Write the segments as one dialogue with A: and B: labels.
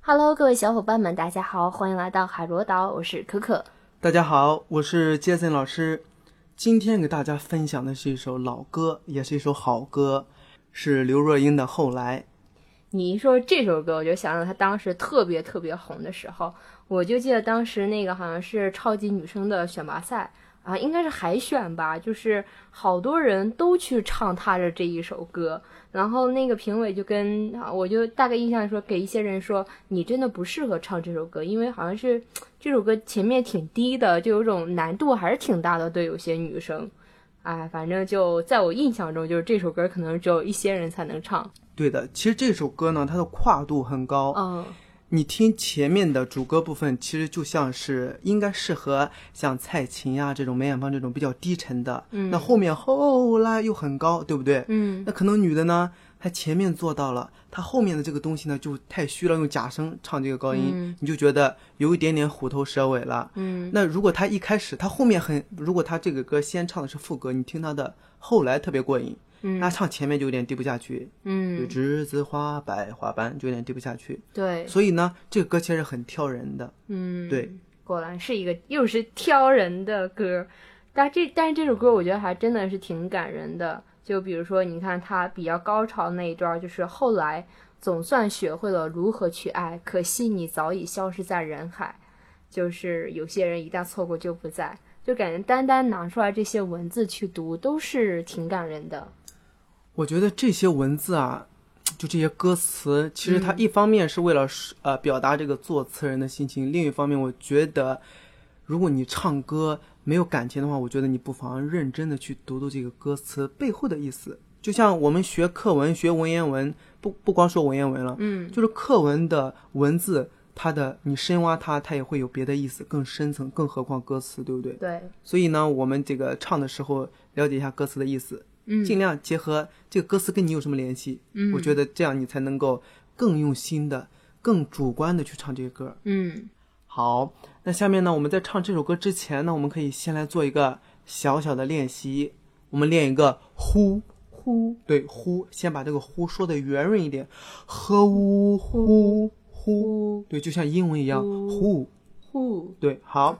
A: Hello，各位小伙伴们，大家好，欢迎来到海螺岛，我是可可。
B: 大家好，我是 Jason 老师。今天给大家分享的是一首老歌，也是一首好歌，是刘若英的《后来》。
A: 你一说这首歌，我就想到她当时特别特别红的时候，我就记得当时那个好像是超级女声的选拔赛啊，应该是海选吧，就是好多人都去唱她的这一首歌，然后那个评委就跟啊我就大概印象说，给一些人说你真的不适合唱这首歌，因为好像是这首歌前面挺低的，就有种难度还是挺大的，对有些女生。哎，反正就在我印象中，就是这首歌可能只有一些人才能唱。
B: 对的，其实这首歌呢，它的跨度很高。
A: 嗯，
B: 你听前面的主歌部分，其实就像是应该适合像蔡琴呀、这种梅艳芳这种比较低沉的。
A: 嗯
B: 那后面后来又很高，对不对？
A: 嗯，
B: 那可能女的呢，她前面做到了，她后面的这个东西呢就太虚了，用假声唱这个高音，
A: 嗯
B: 你就觉得有一点点虎头蛇尾了。
A: 嗯，
B: 那如果她一开始，她后面很，如果她这个歌先唱的是副歌，你听她的后来特别过瘾，
A: 嗯
B: 那唱前面就有点低不下去，就
A: 嗯，
B: 栀子花白花瓣就有点低不下去。
A: 对，
B: 所以呢，这个歌其实很挑人的。
A: 嗯，
B: 对，
A: 果然是一个又是挑人的歌，但这但是这首歌我觉得还真的是挺感人的。就比如说，你看他比较高潮那一段，就是后来总算学会了如何去爱，可惜你早已消失在人海。就是有些人一旦错过就不在，就感觉单单拿出来这些文字去读，都是挺感人的。
B: 我觉得这些文字啊，就这些歌词，其实它一方面是为了、呃表达这个作词人的心情，另一方面，我觉得如果你唱歌没有感情的话，我觉得你不妨认真的去读读这个歌词背后的意思。就像我们学课文、学文言文，不不光说文言文了，
A: 嗯，
B: 就是课文的文字，它的你深挖它，它也会有别的意思，更深层，更何况歌词，对不对？
A: 对，
B: 所以呢，我们这个唱的时候了解一下歌词的意思，
A: 嗯
B: 尽量结合这个歌词跟你有什么联系。
A: 嗯
B: 我觉得这样你才能够更用心的、更主观的去唱这些歌。
A: 嗯，
B: 好，那下面呢，我们在唱这首歌之前呢，我们可以先来做一个小小的练习，我们练一个呼。
A: 呼，
B: 对，呼，先把这个呼说的圆润一点，呵呜呼呼，
A: 呼，
B: 对，就像英文一样，呼，
A: 呼，
B: 对，好，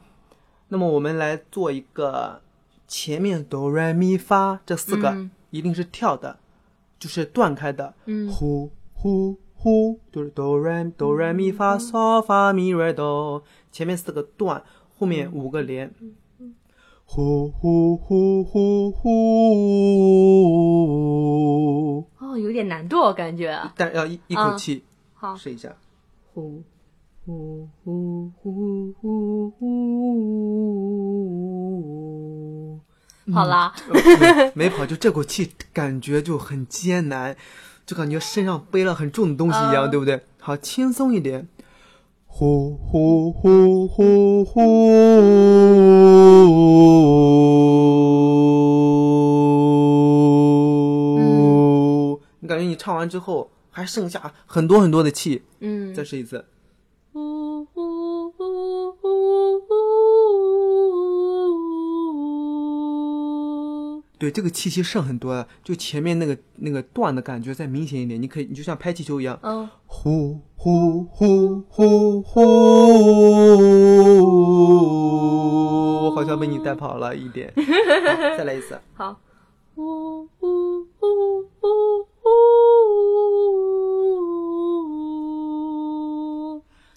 B: 那么我们来做一个前面哆来咪发这四个
A: 嗯
B: 一定是跳的，就是断开的，
A: 嗯
B: 呼呼呼，就是哆来哆来咪
A: 嗯
B: 发嗦发咪来哆，前面四个断，后面
A: 嗯
B: 五个连，呼呼呼呼呼，
A: 哦，有点难度，我感觉。啊
B: 但要一一口气
A: 好，
B: 试一下，
A: 呼呼呼呼呼呼，好啦，
B: 没跑，就这口气感觉就很艰难，就感觉身上背了很重的东西一样，
A: 嗯
B: 对不对？好，轻松一点。呼呼呼呼呼。你感觉你唱完之后还剩下很多很多的气，
A: 嗯
B: 再，试一次。
A: 呼呼呼呼呼，
B: 对，这个气息剩很多的，就前面那个那个断的感觉再明显一点。你可以，你就像拍气球一样，
A: 嗯，
B: 呼呼呼呼呼，好像被你带跑了一 点。好再来一次，
A: 好，呼呼呼呼呼，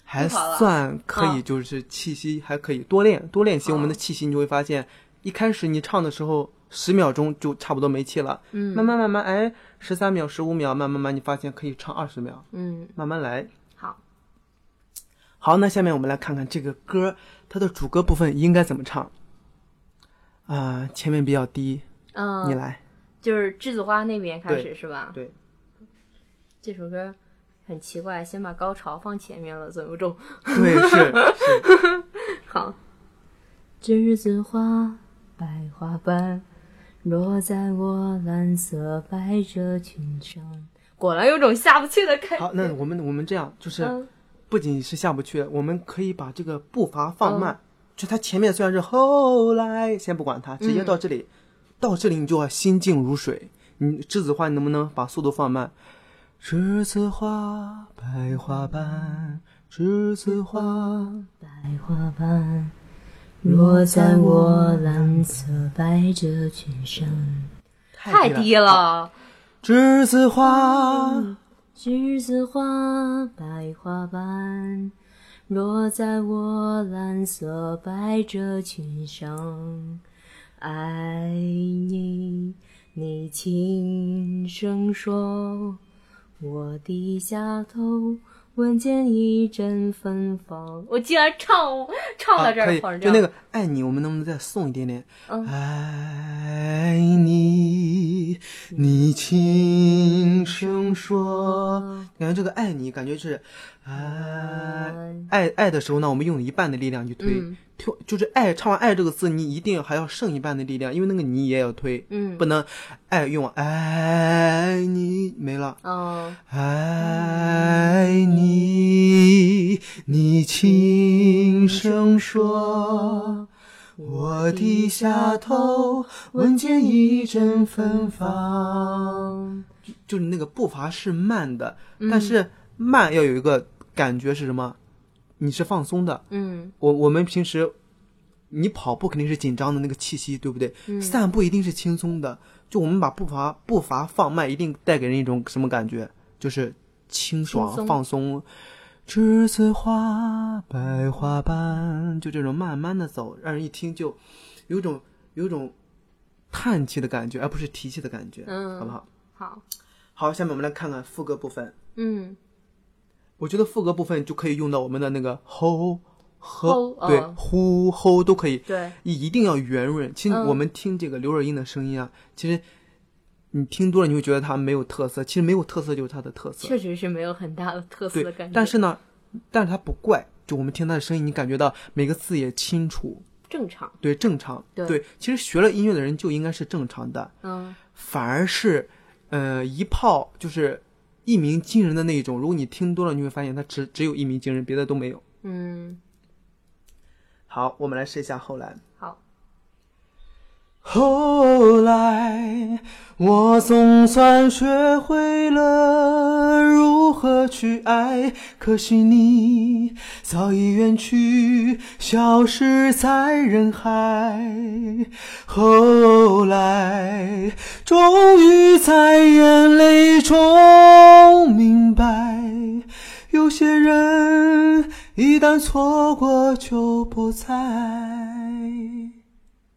B: 还
A: 太好了
B: 算可以，
A: 嗯
B: 就是气息还可以，多练多练习我们的气息，你就会发现，一开始你唱的时候十秒钟就差不多没气了，
A: 嗯
B: 慢慢慢慢，哎，十三秒、十五秒，慢慢慢，你发现可以唱二十秒，
A: 嗯，
B: 慢慢来。
A: 好，
B: 好，那下面我们来看看这个歌它的主歌部分应该怎么唱。啊、前面比较低，你
A: 嗯，
B: 来。
A: 就是栀子花那边开始
B: 对
A: 是吧？
B: 对，
A: 这首歌很奇怪，先把高潮放前面了，总有种
B: 对， 是是，
A: 好。栀子花，白花瓣，落在我蓝色百褶裙上。果然有种下不去的感觉。
B: 好，那我们我们这样，就是
A: 嗯
B: 不仅是下不去，我们可以把这个步伐放
A: 嗯
B: 慢。就它前面虽然是后来，先不管它，直接到这
A: 嗯
B: 里，到这里你就要心静如水。你栀子花，你能不能把速度放慢？栀子花，白花瓣，栀子花，
C: 白花瓣落在我蓝色百褶裙上，
A: 太低了，嗯
B: 栀子花，
C: 栀子花白花瓣落在我蓝色百褶裙上，爱你，你轻声说，我低下头。闻见一阵芬芳，
A: 我竟然唱唱到这
B: 啊、可
A: 儿，
B: 以
A: 跑成，这
B: 就
A: 样
B: 那个爱你，我们能不能再送一点点？
A: 嗯
B: 爱你，你轻声说，感觉这个爱你，感觉是爱爱爱的时候呢，我们用一半的力量去推，
A: 嗯
B: 推就是爱唱完爱这个字，你一定还要剩一半的力量，因为那个你也要推，
A: 嗯
B: 不能爱用爱你没了。
C: 哦
A: 嗯，
B: 爱你，你轻声说，我低下头，闻见一阵芬
A: 嗯
B: 芳。就就是那个步伐是慢的，但是慢要有一个感觉是什么？你是放松的。
A: 嗯
B: 我我们平时，你跑步肯定是紧张的那个气息，对不对？
A: 嗯
B: 散步一定是轻松的。就我们把步伐步伐放慢，一定带给人一种什么感觉？就是清爽、
A: 轻松
B: 放松。栀子花白花瓣，就这种慢慢的走，让人一听就有一种有一种叹气的感觉，而不是提气的感觉，
A: 嗯
B: 好不好？
A: 好，
B: 好，下面我们来看看副歌部分。
A: 嗯
B: 我觉得副歌部分就可以用到我们的那个吼和
A: 吼
B: 对
A: 嗯
B: 呼吼都可以，
A: 对，
B: 一定要圆润。其实
A: 嗯
B: 我们听这个刘若英的声音啊，其实你听多了你会觉得她没有特色，其实没有特色就是她的特色，
A: 确实是没有很大的特色的
B: 对
A: 感觉，。
B: 但是呢，但是她不怪，就我们听她的声音，你感觉到每个字也清楚，
A: 正常，
B: 对，正常，
A: 对
B: 其实学了音乐的人就应该是正常的，
A: 嗯
B: 反而是，呃，一炮就是一鸣惊人的那一种。如果你听多了，你会发现它只只有一鸣惊人，别的都没有。
A: 嗯，
B: 好，我们来试一下后来。
A: 好，
B: 后来，我总算学会了如何去爱，可惜你早已远去，消失在人海。后来，终于在眼泪中明白，有些人一旦错过就不再。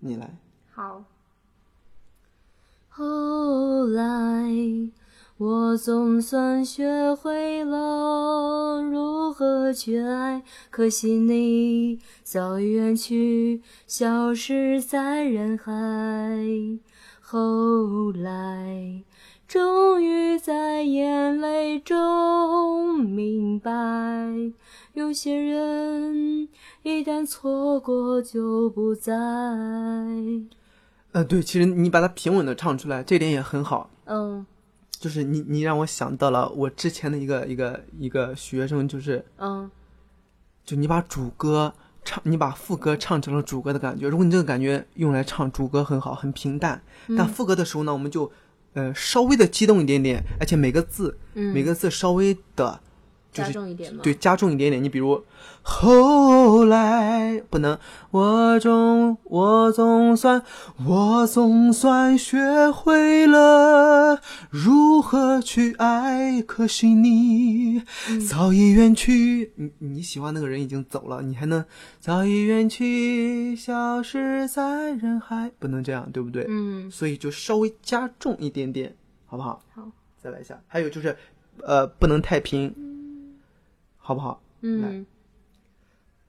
B: 你来。
A: 好，
C: 后来，我总算学会了如何去爱，可惜你早已远去，消失在人海。后来，终于在眼泪中明白，有些人一旦错过就不再。
B: 呃，对，其实你把它平稳的唱出来，这点也很好。
A: 嗯
B: 就是你，你让我想到了我之前的一个一个一个学生，就是
A: 嗯
B: 就你把主歌唱，你把副歌唱成了主歌的感觉。如果你这个感觉用来唱主歌很好，很平淡，但副歌的时候呢，我们就呃稍微的激动一点点，而且每个字、
A: 嗯，
B: 每个字稍微的，就
A: 加
B: 是
A: 重一点嘛，
B: 对，加重一点点。你比如后来不能，我总我总算我总算学会了如何去爱，可惜你早已远去。你你喜欢那个人已经走了，你还能早已远去，消失在人海，不能这样，对不对？
A: 嗯
B: 所以就稍微加重一点点，好不好？
A: 好，
B: 再来一下。还有就是，呃，不能太平，好不好？
A: 嗯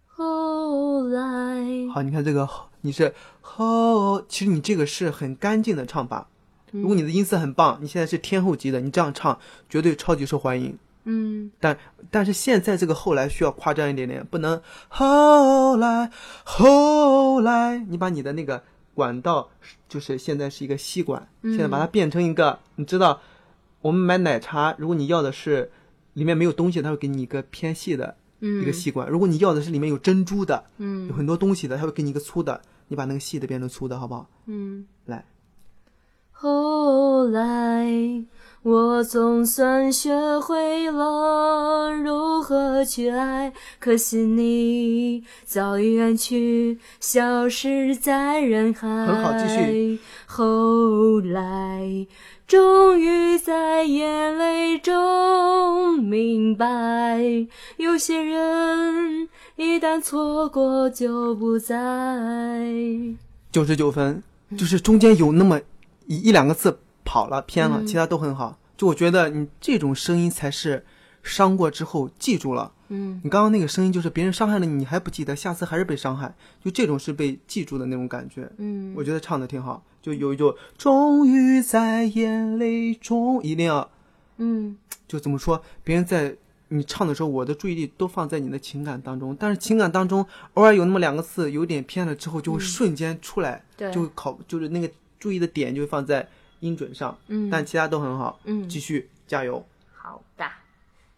C: 后来，
A: 嗯
B: 好，你看这个，你是吼，其实你这个是很干净的唱法。如果你的音色很棒，你现在是天后级的，你这样唱绝对超级受欢迎。
A: 嗯
B: 但但是现在这个后来需要夸张一点点，不能后来后来，你把你的那个管道就是现在是一个吸管，现在把它变成一个，你知道我们买奶茶，如果你要的是里面没有东西，它会给你一个偏细的一个
A: 嗯
B: 吸管；如果你要的是里面有珍珠的，有
A: 嗯
B: 很多东西的，它会给你一个粗的，你把那个细的变成粗的，好不好？
A: 嗯，
B: 来，
C: 后来，
A: 我总算学会了如何去爱，可惜你早已远去，消失在人海。
B: 很好继续。
A: 后来，终于在眼泪中明白，有些人一旦错过就不再。
B: 九十九分，就是中间有那么一一两个字跑了偏了，其他都很好。就我觉得你这种声音才是伤过之后记住了。
D: 嗯，
B: 你刚刚那个声音就是别人伤害了你，你还不记得，下次还是被伤害，就这种是被记住的那种感觉。
D: 嗯，
B: 我觉得唱的挺好，就有一种终于在眼泪中，一定要
D: 嗯，
B: 就怎么说，别人在你唱的时候，我的注意力都放在你的情感当中，但是情感当中偶尔有那么两个字有点偏了之后，就会瞬间出来，
D: 对，
B: 就会考就是那个注意的点就会放在音准上，
D: 嗯
B: 但其他都很好，
D: 嗯，
B: 继续加油。
D: 好的，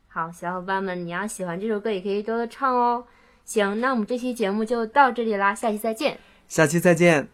D: 好，小伙伴们，你要喜欢这首歌也可以多多唱哦。行，那我们这期节目就到这里啦，下期再见。
B: 下期再见，